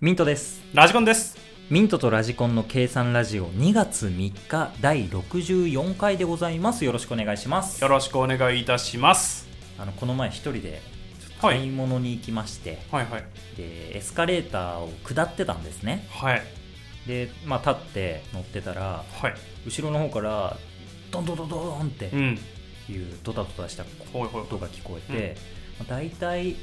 ミントです。ラジコンです。ミントとラジコンの計算ラジオ2月3日第64回でございます。よろしくお願いしますよ。ろしくお願いいたします。あのこの前一人では買いい。物に行きまして、はいはい。でエスカレーターを下ってたんですね。はい。で、まあ立って乗ってたら、はい。後ろの方からドンドンドンドンってうん。いうドタドタしたほいほいほ音が聞こえて、まあ、大体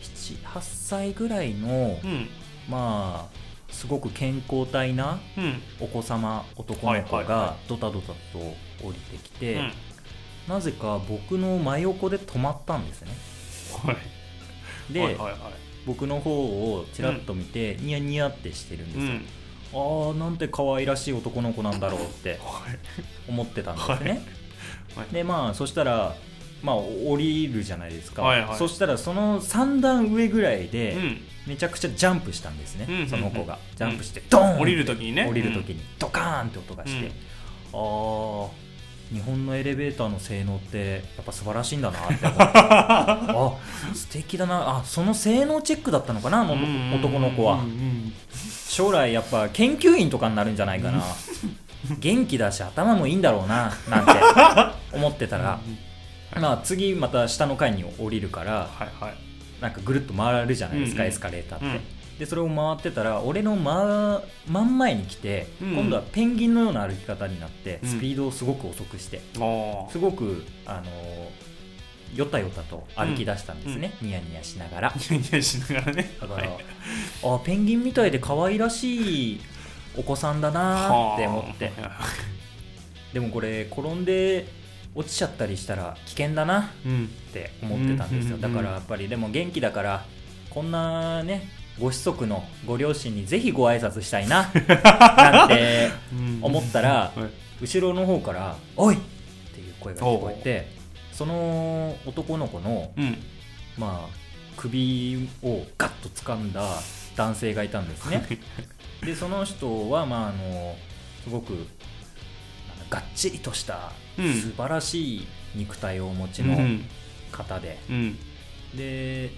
78歳ぐらいの、い。うん。まあすごく健康体なうん。お子様男の子はいはいがはドタドタと降りてきて、うん。なぜか僕の真横で止まったんですねはい。で、はいはいはい。僕の方をちらっと見て、ニヤニヤってしてるんですうよ、ん。ああなんて可愛らしい男の子なんだろうってはい。思ってたんですね、はいはいでまあそしたらまあ降りるじゃないですか、はいはいそしたらその3段上ぐらいで、うん。めちゃくちゃジャンプしたんですね、うんうんうんその子がジャンプしてドーン降りるときにね。降りる時に。にドカーンって音がして、うんあー日本のエレベーターの性能ってやっぱ素晴らしいんだなって 思ってあ素敵だなあその性能チェックだったのかなあのうん男の子はうんうん将来やっぱ研究員とかになるんじゃない かな元気だし頭もいいんだろうななんて思ってたら、うんまあ、次また下の階に降りるからはいはい。なんかぐるっと回るじゃないですか、うんうんエスカレーターって、うんでそれを回ってたら俺の真真ん前に来て、うん今度はペンギンのような歩き方になってうんスピードをすごく遅くして、おすごくあのーよたよたと歩き出したんですね、ニヤニヤしなが らー。いやしながらね。だから、はいあペンギンみたいで可愛らしいお子さんだなーって思ってはあでもこれ転んで落ちちゃったりしたら危険だなうん。って思ってたんですようんだからやっぱりでも元気だからこんなねご子息のご両親にぜひご挨拶したい ななんてうん思ったらはい後ろの方から「おい!」っていう声が聞こえてその男の子の、うん。まあ、首をガッと掴んだ男性がいたんです ねでその人はまああのすごくあのがっちりとしたうん素晴らしい肉体をお持ちうのん。方で、うん。で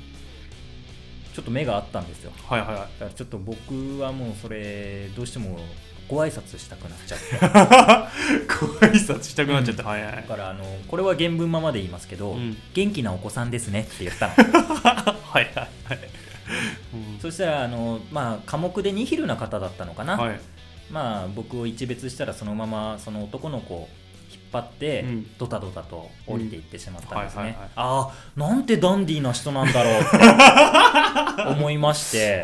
ちょっと目があったんですよはいはいはい。だからちょっと僕はもうそれどうしてもご挨拶したくなっちゃって ご挨拶したくなっちゃって、はいはだい。 からあのこれは原文ままで言いますけど、うん元気なお子さんですねって言 ったのはいはいはい。うんそしたらあの、まあ、寡黙でニヒルな方だったのかな、 はい。まあ、僕を一別したらそのままその男の子を引っ張って、うんドタドタと降りていってしまったんですね、うんはいはいはいああなんてダンディーな人なんだろうって思いま して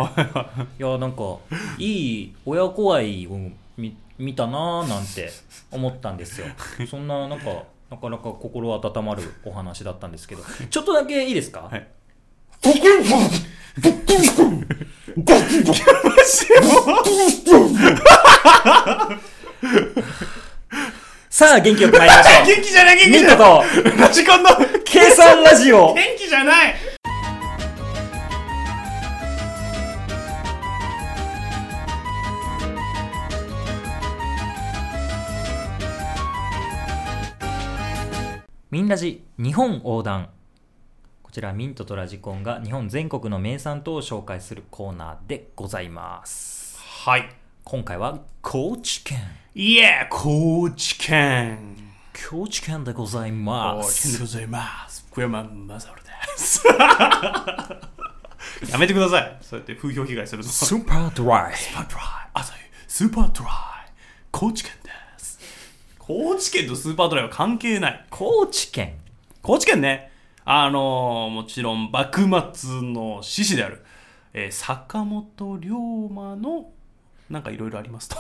いやなんかいい親子愛を見見たなーなんて思ったん ですよそんななんかなかなか心温まるお話だったんです けどちょっとだけいいですか、はいさあ元気よく参りましょう 元気じゃない元気ミじンゃトないとラジコンの計算ラジオ元気じゃないミンラジ日本横断こちらミントとラジコンが日本全国の名産等を紹介するコーナーでございますはい。今回は高知県いえ、高知県。高知県でございまでごすざいます。福山雅治 です。やめてください。そうやって風評被害するの。スースーパードライパードライ。朝日、スーパードライ。高知県です。高知県とスーパードライは関係ない。高知県高知県ね、あのーもちろん幕末の志士である、えー坂本龍馬のなんかいろいろありますと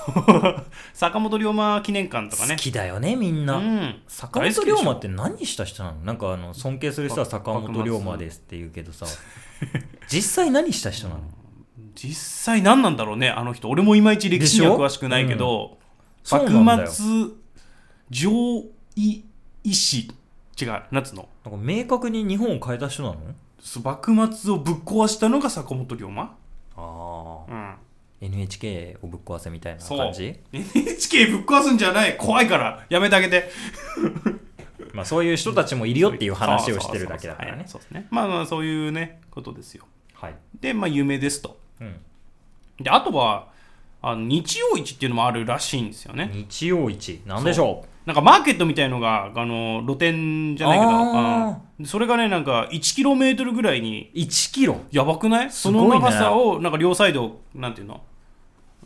坂本龍馬記念館とか好ねきだよねみんな、うん坂本龍馬って何した人なのなんかあの尊敬する人は坂本龍馬ですって言うけどさ 実際何した人なの実際何なんだろうねあの人俺もいまいち歴史には詳しくないけど、そうなんだよ幕末上位医師違う夏のなんか明確に日本を変えた人なのそう幕末をぶっ壊したのが坂本龍馬、ああうん NHK をぶっ壊せみたいなそう感じ NHK ぶっ壊すんじゃない怖いからやめてあげてまあ、そういう人たちもいるよっていう話をしてるだけだからね。そうそうそうそうはいそうですね。まあまあそういうね、ことですよ。はい。で、まあ有名ですと。うん。であとはあの日曜市っていうのもあるらしいんですよね日曜市なんでしょなんかマーケットみたいのがあの露店じゃないけどあうんそれがねなんか 1km ぐらいにう1キロやばくないすそごいねの長さをなんか両サイドなんていうの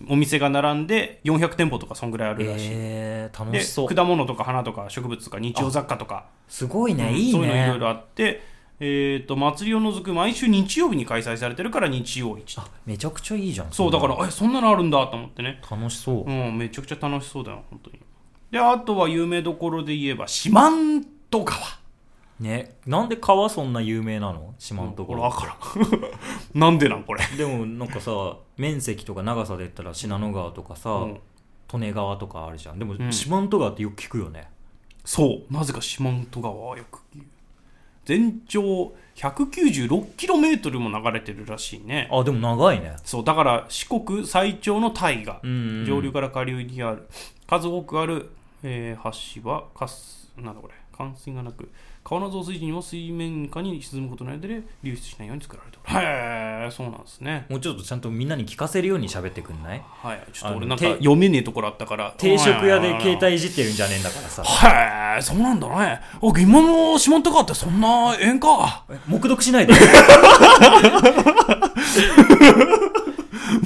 お店が並んで400店舗とかそんぐらいあるらしい、えー、楽しそうで果物とか花とか植物とか日用雑貨とかすごいね、うんいいねそういうのいろいろあって、えー、と祭りを除く毎週日曜日に開催されてるから日曜市あめちゃくちゃいいじゃんそうだからえそんなのあるんだと思ってね楽しそう、うんめちゃくちゃ楽しそうだよ本当にであとは有名どころで言えば四万十川ねなんで川そんな有名なの島のとここれろ、分からん なんでなんこれでもなんかさ面積とか長さで言ったら信濃川とかさ、うん利根川とかあるじゃんでもん四万十川ってよく聞くよね、そうなぜか四万十川はよく言う全長 196km も流れてるらしいねあでも長いねそうだから四国最長の大河うんうん、上流から下流にある数多くある、えー橋はかすなんだこれ冠水がなく川の増水時にも水面下に沈むことないので流出しないように作られておるへえそうなんですねもうちょっとちゃんとみんなに聞かせるように喋ってくんないはいちょっと俺あのなんかて読めねえところあったから定食屋で携はい帯いじってるんじゃねえんだからさはいへえそうなんだねあ今の四万十川ってそんな縁か黙読しないで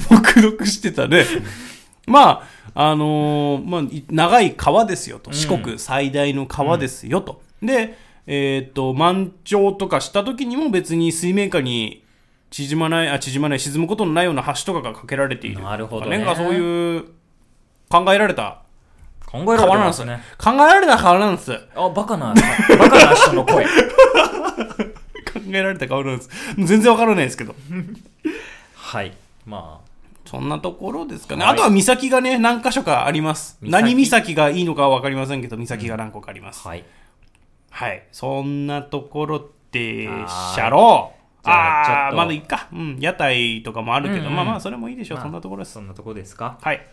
目録してたね。まあ、あのーまあ、い長い川ですよと。ん四国最大の川ですよと。で、えっ、と、満潮とかした時にも別に水面下に縮まない、あ、縮まない、沈むことのないような橋とかが架けられている。なるほどなねんかそういう考えられた、考えられて川なんまですすね考えられた川なんです。あバカなバカな人の声考えられた川なんです。全然わからないですけど。 はいまそんなところですかね。はいあとは岬がね、何箇所かあります。岬何岬がいいのかはわかりませんけど、岬が何個かあります。あはいはい。そんなところでしゃろう。じゃあちょあっあー、とまだいいか。うん。屋台とかもあるけど、うんうんまあまあ、それもいいでしょう。まあそんなところです。そんなとこですかはい。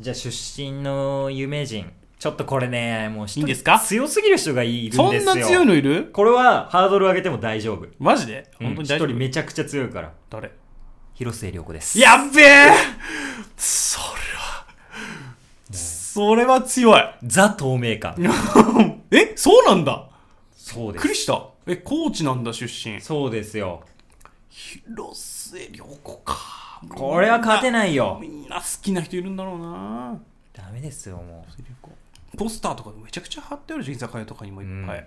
じゃあ出身の有名人ちょっとこれねもういいいんですか強すぎる人がいるんですそよんな強いのいるこれはハードル上げても大丈夫マジでうん本当に一大丈夫人。めちゃくちゃ強いから誰広末涼子ですやっべえそれは、それ は強い。ザ透明感えそうなんだそうびでっくすりした。え、高知なんだ、出身。そうですよ広末涼子か。これは勝てないよみんな好きな人いるんだろうな。ダメですよもポスターとかめちゃくちゃ貼ってあるし、居酒屋とかにもいっぱい。う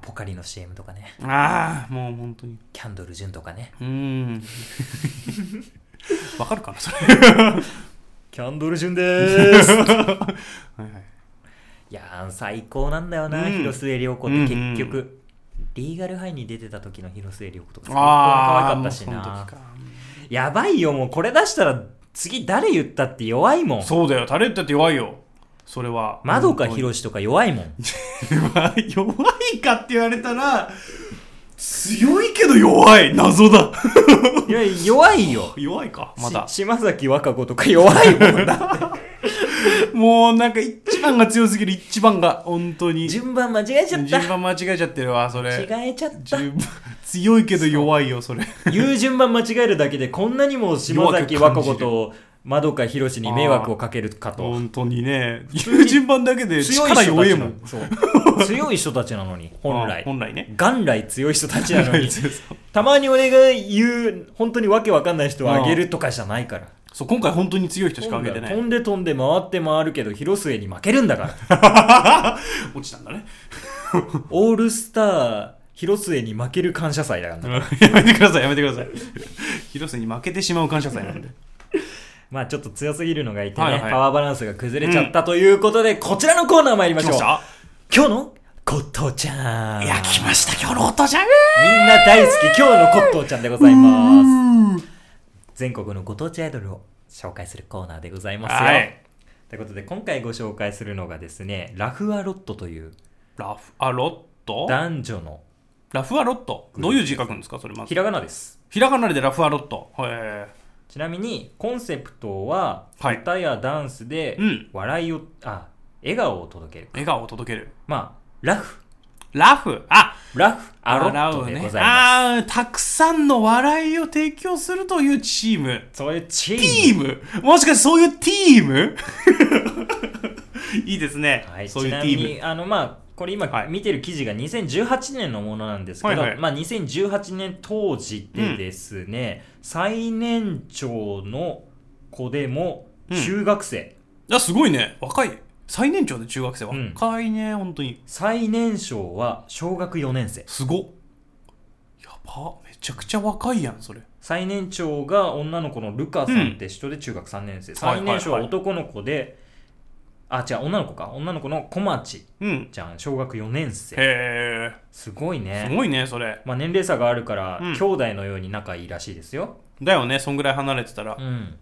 ポカリの CM とかねああもう本当にキャンドル・ジュンとかねうーんわかるかな それキャンドル・ジュンでー すはい、はい、いやー最高なんだよな、うん広末涼子って結局、うリーガルハイに出てた時の広末涼子とか最高に可あ愛かあもっうたしそのな時かやばいよもうこれ出したら次誰言ったって弱いもんそうだよタレントって弱いよそれは窓か本当に広しとか弱いもん 弱い弱いかって言われたら強いけど弱い謎だいや弱いよ弱いか まだし島崎和歌子とか弱いもん だもうなんか一番が強すぎる一番が本当に順番間違えちゃっ順た番間違えちゃってるわそれ間違えちゃった順番 強いけど弱いよそれ言う順番間違えるだけでこんなにも島崎和歌子と窓か広しに迷惑をかけるかと本当にね言う順番だけで強い力人弱たちえものんそう強い人たちなのに本あ来本来ね元来強い人たちなのにそうそうたまに俺が言う本当にわけわかんない人はあげるとかじゃないから そう今回本当に強い人しか飛挙げてないんで飛んで回って回るけど広末に負けるんだから落ちたんだねオールスター広末に負ける感謝祭だからな やめてくださいやめてください広瀬に負けてしまう感謝祭なんでまあちょっと強すぎるのがいてはいねはいパワーバランスが崩れちゃったということでこちらのコーナー参りましょう今日のコットーちゃんいや来ました今日の音じゃねみんな大好き今日のコットーちゃんでございます全国のご当地アイドルを紹介するコーナーでございますよ、はいということで今回ご紹介するのがですねラフアロットというラフアロット男女のラフアロットどういう字書くんですかそれまひずらがなですひらがなでラフアロットへちなみにコンセプトははい歌やダンスでうん笑いを、あ笑顔を届けるえ笑顔を届けるまあラフラフ。あラフアロ笑ットうでねご。ざいます。ああー、たくさんの笑いを提供するというチーム。そういうチテーィームもしかしてそういうティーム いいですね。ムはい、そういちうテなィみーム。に、あの、まあ、これ今はい見てる記事が2018年のものなんですけど、はいはいまあ、2018年当時でですね、最年長の子でもうん中学生、あ、すごいね。若い。最年長で中学生は。うん若いね、本当に。最年少は小学4年生。すごっ。やば。めちゃくちゃ若いやん、それ。最年長が女の子のルカさんって人で中学3年生、はいはい最はい年少は男の子で、あ違う女の子か女の子の小町うん。ちゃん小学4年生へすごいえ。ねすごいね、それ。まあ、年齢差があるから、うん兄弟のように仲いいらしいですよだよね、そんぐらい離れてたらう。ん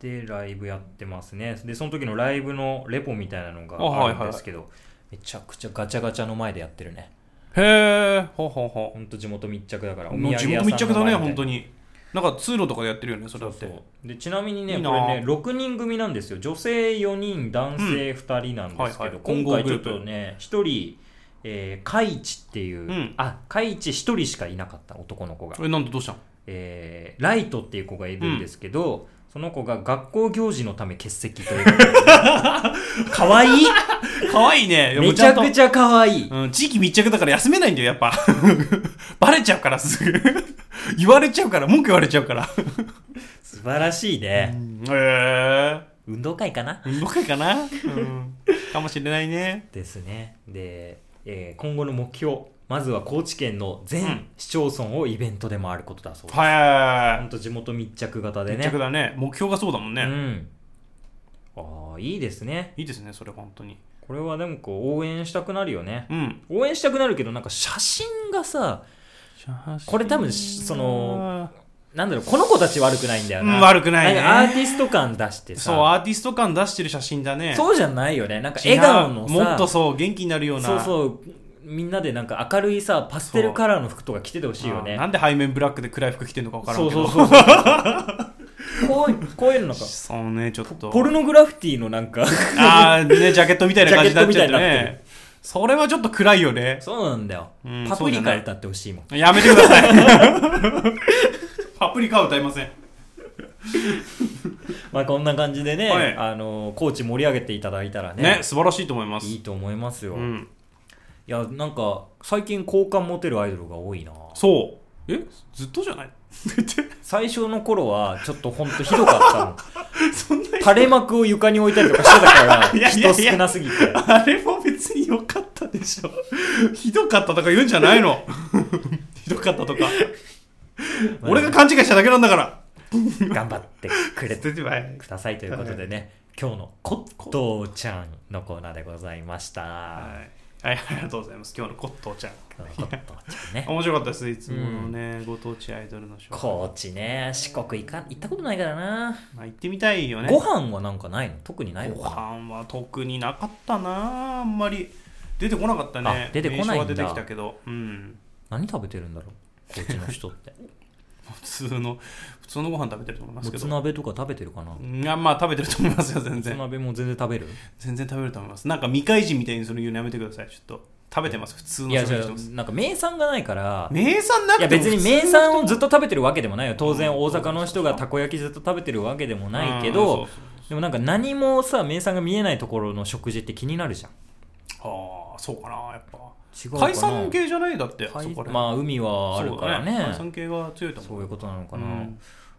でライブやってますねでその時のライブのレポみたいなのがあはいあはいるんですけど、めちゃくちゃガチャガチャの前でやってるねへえ。ほうほうほほんと地元密着だからう。もう地元密着だね、本当に。なんか通路とかでやってるよね、それだって。でちなみにねいいなこれね6人組なんですよ女性4人男性2人なんですけど、はいはい混今合回ちグルょーっプとね1人、えー、カイチっていう、うんあカイチ1人しかいなかった男の子が、え、なんでどうしたのえーライトっていう子がいるんですけど、その子が学校行事のため欠席ということで かわいいかわいいね。いやもめうちゃんとくちゃかわいいうん、地域密着だから休めないんだよ、やっぱ。 バレちゃうから、すぐ。 言われちゃうから、文句言われちゃうから。素晴らしいへね、え運動会かなー。運動会かな、うん、かもしれないね。ですねで、えー今後の目標まずは高知県のうん全市町村をイベントで回ることだそうです、ほはんと地元密着型い。でね密着だね。目標がそうだもんね。うんああいいですねいいですね、それ、本当に。これはでもこう応援したくなるよねうん。応援したくなるけどなんか写真がさこれ多分しその、なんだろうこの子たち悪くないんだような、ん悪くないねんかアーティスト感出してさそう、アーティスト感出してる写真だね。そうじゃないよねなんか違う笑顔のさもっとそう、元気になるような。そうそうみんなでなんか明るいさパステルカラーの服とか着ててほしいよあねなんで背面ブラックで暗い服着てるのか分からんけそうど。そうそうそうこういうこういうのなんか そうね、ちょっと。ポルノグラフィティのなんか ああ、ね、ジャケットみたいな感じになっちゃってジャケットみたいになっね。それはちょっと暗いよね。そうなんだよ、うんパプリそうだカね歌ってほしいもんやめてくだ さい。パプリカは歌いません。まあこんな感じでね、はいあのコーチ盛り上げていただいたらねね、素晴らしいと思います。いいと思いますよ、ういん。やなんか最近好感持てるアイドルが多いなそう。えずっとじゃない 最初の頃はちょっとほんとひどかったもんそんな、垂れ幕を床に置いたりとかしてたかいやらいや人いや少なすぎてあれも別に良かったでしょ。ひどかったとか言うんじゃないの。 ひどかったとか。 俺が勘違いしただけなんだ から。頑張ってくれてててばい。くださいということでね今日の「コットーちゃん」のコーナーでございました、はい。はい、ありがとうございます。今日のコットーちゃん。コットーちゃんね面白かったです、いつものね、ご当地アイドルの紹介。高知ね四国行か行ったことないからな、まあ、行ってみたいよね。ご飯はなんかないの特にないのごか飯は特になかったなあんまり出てこなかったねあ出てこないんだ名称は出てきたけどうんな何食べてるんだろう高知の人って普通の普通のご飯食べてると 思いまもすけつど鍋とか食べてるかないやまあ食べてると思いますよ全もつ然鍋も全然食べる全然食べると思いますなんか未開人みたいにする言うのやめてくださいちょっと食べてます普通のいや食じゃ事してまあすなんか名産がないから名産なくいてやも別に名普通の産をずっと食べてるわけでもないよ当然大阪の人がたこ焼きずっと食べてるわけでもないけうんそうどそうでもなんか何もさ名産が見えないところの食事って気になるじゃんそうああそうかなやっぱ違うかな海産系じゃないだって海そこら辺まあ海はあるからそうだね海産系が強いとそ思うういうことなのかな、うん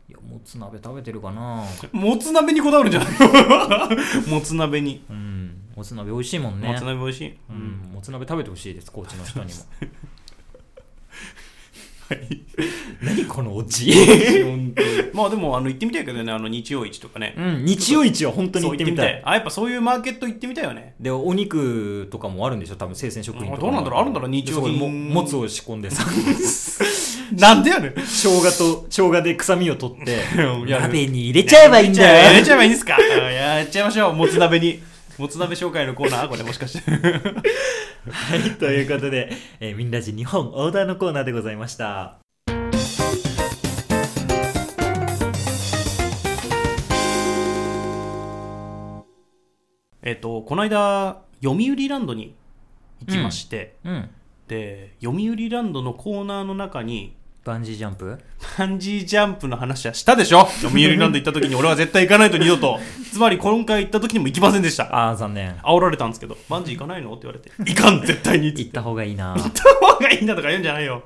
いやもつ鍋食べてるかなもつ鍋にこだわるんじゃない もつ鍋にうんもつ鍋美味しいもんねもつ鍋美味しい、うんもつ鍋食べてほしいです高知の人にも はい何このオ チ まあでもあの行ってみたいけどねあの日曜市とかね、うん日曜市は本当にそう行ってみたいあやっぱそういうマーケット行ってみたいよねでお肉とかもあるんでしょ多分生鮮食品とかもあどうなんだろうあるんだろう日用品そこにももつを仕込んでさなんでやねん生姜と生姜で臭みを取って うんやる鍋に入れちゃえばいいんだやっよちゃえばいいん ですかうんやっちゃいましょうもつ鍋にもつ鍋紹介のコーナーこれもしかして はいということで、えーみんなじ日本オーダーのコーナーでございましたえっとこの間読売ランドに行きまして、うん。で読売ランドのコーナーの中にバンジージャンプバンジージャンプの話はしたでしょ読売ランド行った時に俺は絶対行かないと二度とつまり今回行った時にも行きませんでしたああ、残念。煽られたんですけどバンジー行かないのって言われて行かん絶対にっつって行った方がいい な。方がいいんだとか言うんじゃないよ。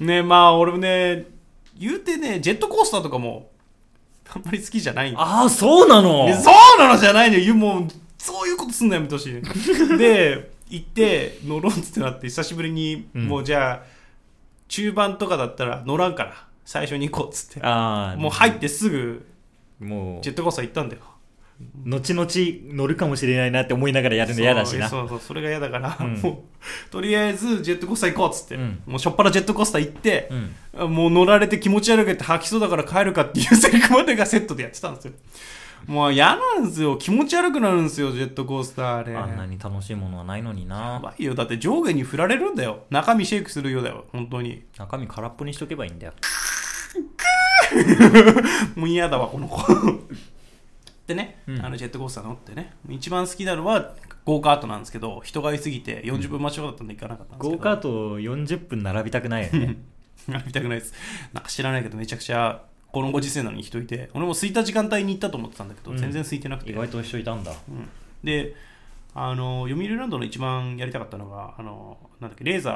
ねまあ俺もね、言うてね、ジェットコースターとかも、あんまり好きじゃないんだ。ああ、そうなのねそうなのじゃないのよ。もう、そういうことすんのやめてほしいね。で、行って、乗ろうっつってなって、久しぶりに、うんもうじゃあ、中盤とかだったら乗らんから、最初に行こうっつって。ああ、もう入ってすぐ、もうジェットコースター行ったんだよ。後々乗るかもしれないなって思いながらやるの嫌だしな。そうそうそうそれが嫌だから、うんもうとりあえずジェットコースター行こうっつって、うんもうしょっぱらジェットコースター行ってう、ん。もう乗られて気持ち悪くて吐きそうだから帰るかっていうセリフまでがセットでやってたんですよもう嫌なんですよ気持ち悪くなるんですよジェットコースターあれあんなに楽しいものはないのにやな。ばいよだって上下に振られるんだよ中身シェイクするようだよ本当に中身空っぽにしとけばいいんだよ。もう嫌だわこの子 でね、うんあのジェットコースター乗ってね一番好きなのはゴーカートなんですけど人がいすぎて40分待ちとかだったんで行かなかったんでゴすけど、ーカート40分並びたくないよ ね。見たくないですなんか知らないけどめちゃくちゃこのご時世なのに人いて俺も空いた時間帯に行ったと思ってたんだけど、うん全然空いてなくて意外と一緒いたんだ。うんであの読売ランドの一番やりたかったのがあのなんだっけレーザ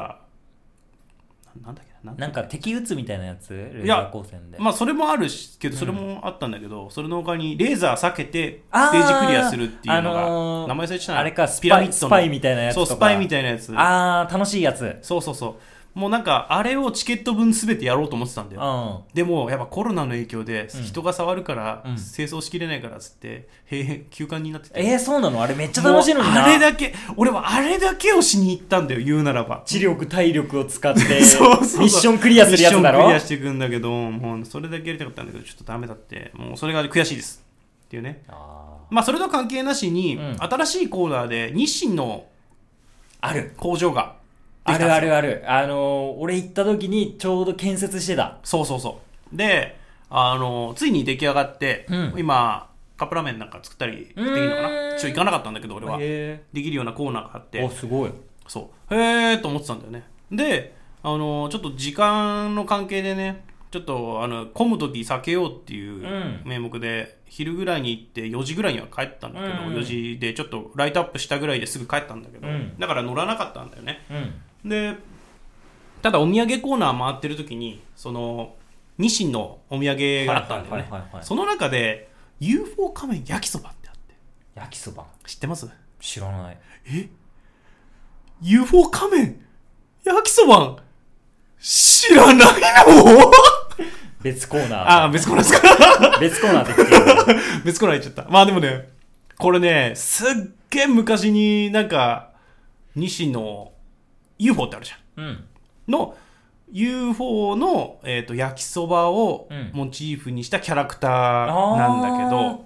ーななんだっけななんか敵撃つみたいなやつレーいザやー光線で。まあそれもあるしけどうんそれもあったんだけど、それの他にレーザー避けてあーステージクリアするっていうのが、あのー名前忘れちゃったあれか、スピパラミッイドのスパイみたいなやつそとうか。スパイみいたいなやつああ、楽しいやつ。うん。そうそうそうもうなんかあれをチケット分全てやろうと思ってたんだよでもやっぱコロナの影響でうん人が触るからうん清掃しきれないからっつって閉園休館になっててえー、そうなのあれめっちゃ楽しいのにもうな。あれだけ俺はあれだけをしに行ったんだよ言うならば知力、体力を使って、 そうそうそうミッションクリアするやつだミッションクろリアしていくんだけどもうそれだけやりたかったんだけどちょっとダメだってもうそれが悔しいですっていうねあまあそれと関係なしに、うん新しいコーナーで日清のーある。工場がであきたんですよるあるある。あのー、俺行った時にちょうど建設してた。そうそうそうであのついに出来上がって、うん今カップラーメンなんか作ったりできるのかうーなんちょっと行かなかったんだけど俺はへできるようなコーナーがあっえ。お、てすごい。そうへーと思ってたんだよねであのちょっと時間の関係でねちょっとあの混む時避けようっていんう名目で、昼ぐらいに行って4時ぐらいには帰ったんだけど、うん4時でちょっとライトアップしたぐらいですぐ帰ったんだけど、うんだから乗らなかったんだよねうん。でただお土産コーナー回ってる時にそのニシンのお土産があったんだよはいはねいはいはいはいその中で UFO 仮面焼きそばってあって焼きそば。知ってます知らない。え ?UFO 仮面焼きそば知らないの別コーナー。 あ、別コーナーですか 別コーナーって言ってる別コーナー行っちゃった。まあでもね、これね、すっげえ昔になんか、西の UFO ってあるじゃん。うん。の UFO の、えー、と焼きそばをうんモチーフにしたキャラクターなんだけど、あー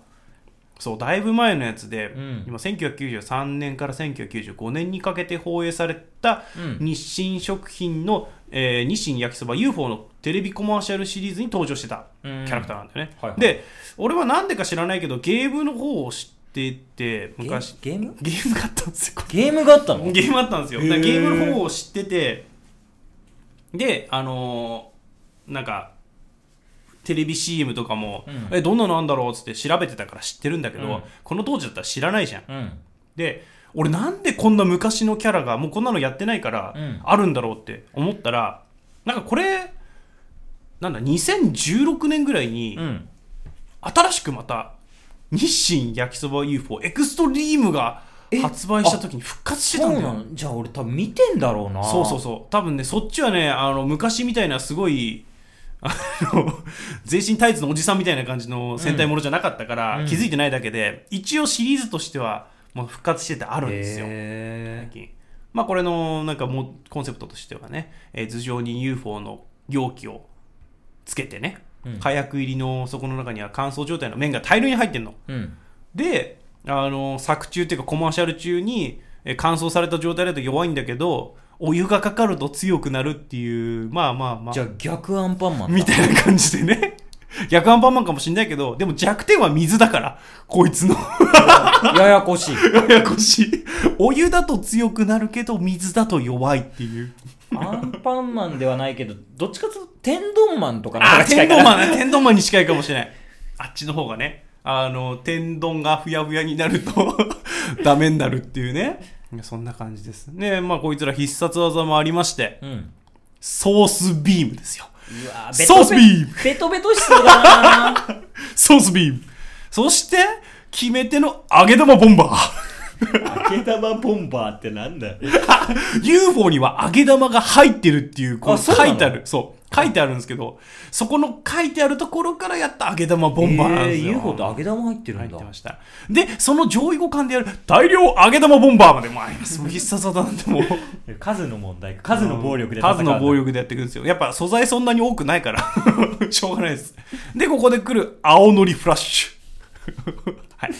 そうだいぶ前のやつで、うん今1993年から1995年にかけて放映されたうん日清食品の、えー日清焼きそば UFO のテレビコマーシャルシリーズに登場してたキうんャラクターなんだよね、はいはいで俺は何でか知らないけどゲームの方を知ってて昔ゲームゲームがあったんですよゲームがあったのゲームあったんですよ。へーだからゲームの方を知ってて、で、あのーなんか、テレビ CM とかも、うんえ、どんなのあんだろうっつって調べてたから知ってるんだけど、うんこの当時だったら知らないじゃん。うん。で、俺なんでこんな昔のキャラが、もうこんなのやってないからうん、あるんだろうって思ったら、なんかこれ、なんだ、2016年ぐらいに、うん。新しくまた、日清焼きそば UFO エクストリームが発売した時に復活してそたんうだよ。なのじゃあ俺多分見てんだろうな。そうそうそう多分ねそっちはねあの昔みたいなすごいあの 全身タイツのおじさんみたいな感じの戦隊ものじゃなかったから、うん気づいてないだけで一応シリーズとしてはもう復活しててああるんですよ最近まあこれのなんかもうコンセプトとしてはね、えー頭上に UFO の容器をつけてね、うん火薬入りのそこの中には乾燥状態の麺が大量に入ってんのうん。であの作中っていうかコマーシャル中にえー乾燥された状態だと弱いんだけどお湯がかかると強くなるっていうまあまあまあじゃあ逆アンパンマンだみたいな感じでね 逆アンパンマンかもしんないけど、でも弱点は水だから、こいつの。ややこしい。ややこしい。お湯だと強くなるけど、水だと弱いっていう。アンパンマンではないけど、どっちかというと天丼マンとかの方あ、が近天いか丼な。マンね、天丼マンに近いかもしれない。あっちの方がね、あの、天丼がふやふやになると、 ダメになるっていうね。いやそんな感じです。ねまあこいつら必殺技もありまして、うん。ソースビームですよ。うわソースビームベトベトしそうだなソースビーム。そして、決め手の揚げ玉ボンバー。 揚げ玉ボンバーってなんだ UFO には揚げ玉が入ってるっていう、こあうそ書うなのいてある。そう。書いてあるんですけど、そこの書いてあるところからやった揚げ玉ボンバーなんえー、ですよ。 UFO と揚げ玉入ってる入っんだて。ました。で、その上位互換でやる大量揚げ玉ボンバーまでもあり ます。もう必殺技なんてもう。数の問題数の暴力で戦う。数の暴。力でやっていくんですよ。やっぱ素材そんなに多くないから。 しょうがないです。で、ここで来る青のりフラッシュ。 はい。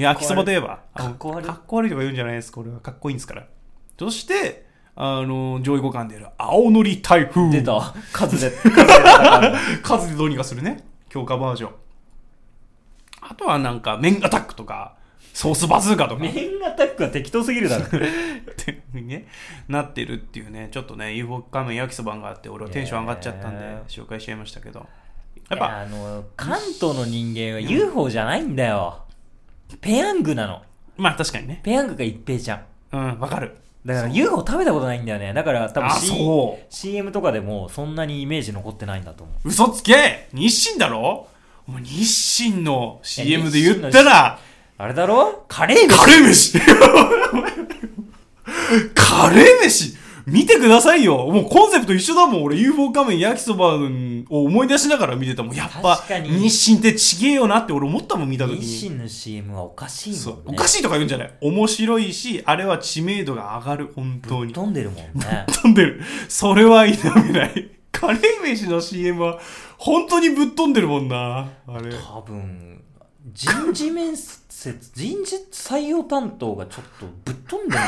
焼きそばといえば、かっこ悪いあかっこ悪いとか言うんじゃないです。これはかっこいいんですから。そして、あの、上位互換でやる青のり台風。出た。数で。数で戦う数でどうにかするね強化バージョンあとはなんか面アタックとかソースバズーカと かメインアタックは適当すぎるだろ。ってねなってるっていうねちょっとね UFO 仮面焼きそばがあって俺はテンション上がっちゃったんでねえ紹介しちゃいましたけどやっやっぱぱあの関東の人間は UFO じゃないんだよ。ペヤングなの。まあ確かにねペヤングが一平ちゃん。うんわかるだから UFO 食べたことないんだよね。だから多分あ C- そ CM とかでもそんなにイメージ残ってないんだと思う。嘘つけ日清だろお前日清の CM でいや日清言のったらあれだろカレーカ飯レー飯 カレー飯見てくださいよもうコンセプト一緒だもん俺 UFO 仮面焼きそばを思い出しながら見てたもんやっぱ確かに日清ってちげえよなって俺思ったもん見た時日に清の CM はおかしいそもうんおね。かしいとか言うんじゃない面白いしあれは知名度が上がる本当に飛んでるもんね。飛んでるそれは否めないカレー飯の CM は本当にぶっ飛んでるもんなあれ多分、人事面接、人事採用担当がちょっとぶっ飛んでるんだ よ。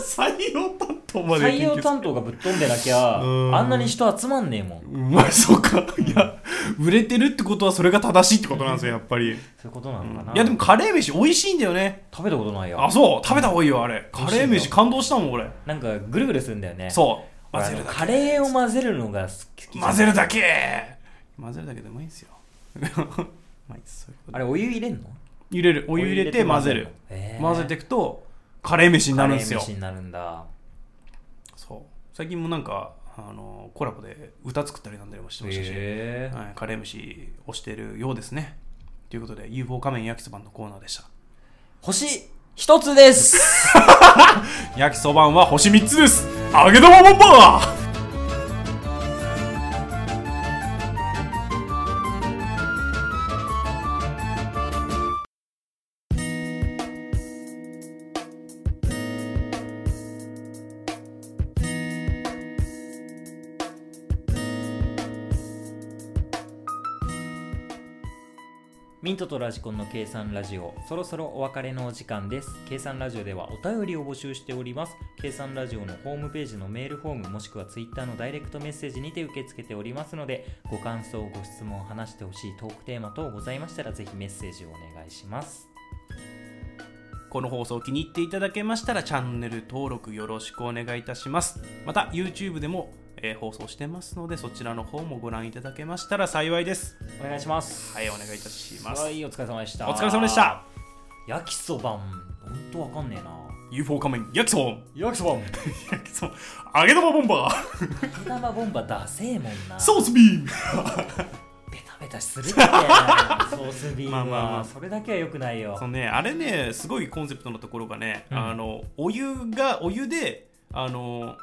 採用担当まで採用担当がぶっ飛んでなきゃ、うんあんなに人集まんねえもん。うまいそうかいや売れてるってことはそれが正しいってことなんですよやっぱりいそういうことなのかな。やでもカレー飯美味しいんだよね食べたことないよあ。そう食べた方がいいよあれカ美味しレーい飯よ感動したもん俺なんかぐるぐるするんだよね。そう俺混あぜのるだカレーを混ぜるのが好きけ混ぜるだけ混ぜるだけでうまいんですよ まあいいですそういうことあれお湯入れんの入れるお湯入れて混ぜる混ぜていくとカレー飯になるんですよカレー飯になるんだそう最近もなんかあのコラボで歌作ったりなんだりもしてましたしへはい、カレー飯をしてるようですねということで UFO 仮面焼きそばのコーナーでした星一つです焼きそばんは星3つです揚げ玉ボンバーミントとラジコンの計算ラジオそろそろお別れのお時間です計算ラジオではお便りを募集しております計算ラジオのホームページのメールフォームもしくはツイッターのダイレクトメッセージにて受け付けておりますのでご感想ご質問話してほしいトークテーマ等ございましたらぜひメッセージをお願いしますこの放送気に入っていただけましたらチャンネル登録よろしくお願いいたしますまた YouTube でも、えー放送してますのでそちらの方もご覧いただけましたら幸いですお願いしますはいお願いいたしますはいお疲れ様でしたお疲れ様でした焼きそばんほんとわかんねえな UFO 仮面焼きそばん焼きそば ん焼きそばん揚げ玉ボンバ ー手玉ボンバダセえもんなソースビームベタベタするってソースビームまは、あまあまあそれだけはよくないよそのねあれねすごいコンセプトのところがね、うんあのお湯がお湯であの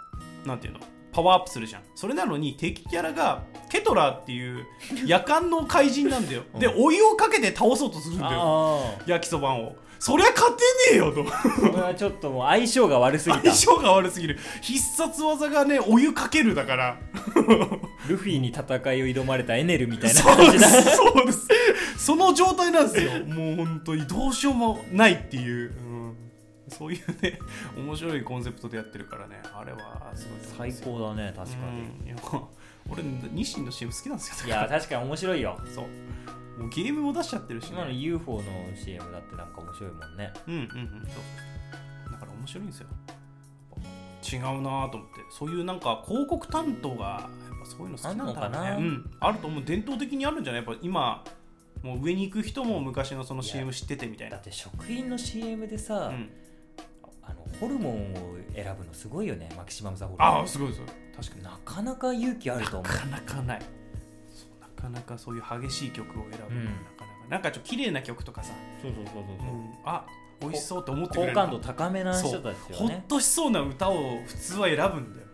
なんていうのパワーアップするじゃんそれなのに敵キャラがケトラっていう夜間の怪人なんだよ、うんでお湯をかけて倒そうとするんだよああ焼きそばんをそりゃ勝てねえよとこれはちょっともう相性が悪すぎた相性が悪すぎる必殺技がねお湯かけるだからルフィに戦いを挑まれたエネルみたいなそう感でじだすそうですその状態なんですよもう本当にどうしようもないっていう、うんそういうね面白いコンセプトでやってるからねあれはすごいと思うん最ですよ高だね確かにうんいや俺日清の CM 好きなんですよいや確かに面白いよそうもうゲームも出しちゃってるし、今の UFO の CM だってなんか面白いもんねうんうんうんそうだから面白いんですよ違うなぁと思ってそういうなんか広告担当がやっぱそういうの好きなんだあんのかなろうねうん、あると思う伝統的にあるんじゃないやっぱ今もう上に行く人も昔のそのいや CM 知っててみたいだなって食品の CM でさ、うん、あのホルモンを選ぶのすごいよねマキシマムザホルモンああすごいですよ確かにななかなか勇気あると思うかなかないそうなかなかそういう激しい曲を選ぶのがうんなかなか、なんかちょっと綺麗な曲とかさ、そうそうそうそううんあ美味しそうと思ってくれ好る感度高めなそ人うたちほよっねとしそうな歌を普通は選ぶんだよ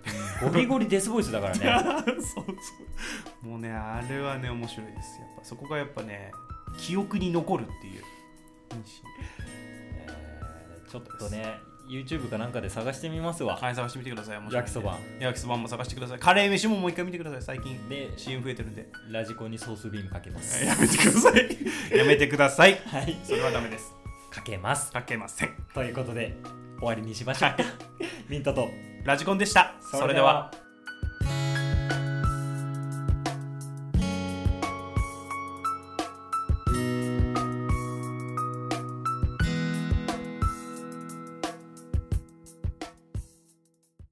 ゴリゴリデスボイスだからね そうそうもうねあれはね面白いですやっぱそこがやっぱね記憶に残るっていうえーちょっとね YouTube かなんかで探してみますわ、はい探してみてください面白いん焼できそば焼きそばも探してくださいカレー飯ももう一回見てください最近で CM 増えてる んでラジコンにソースビームかけますやめてくださいやめてくださいはいそれはダメですかけますかけませんということで終わりにしましょうかミントとラジコンでしたそれでは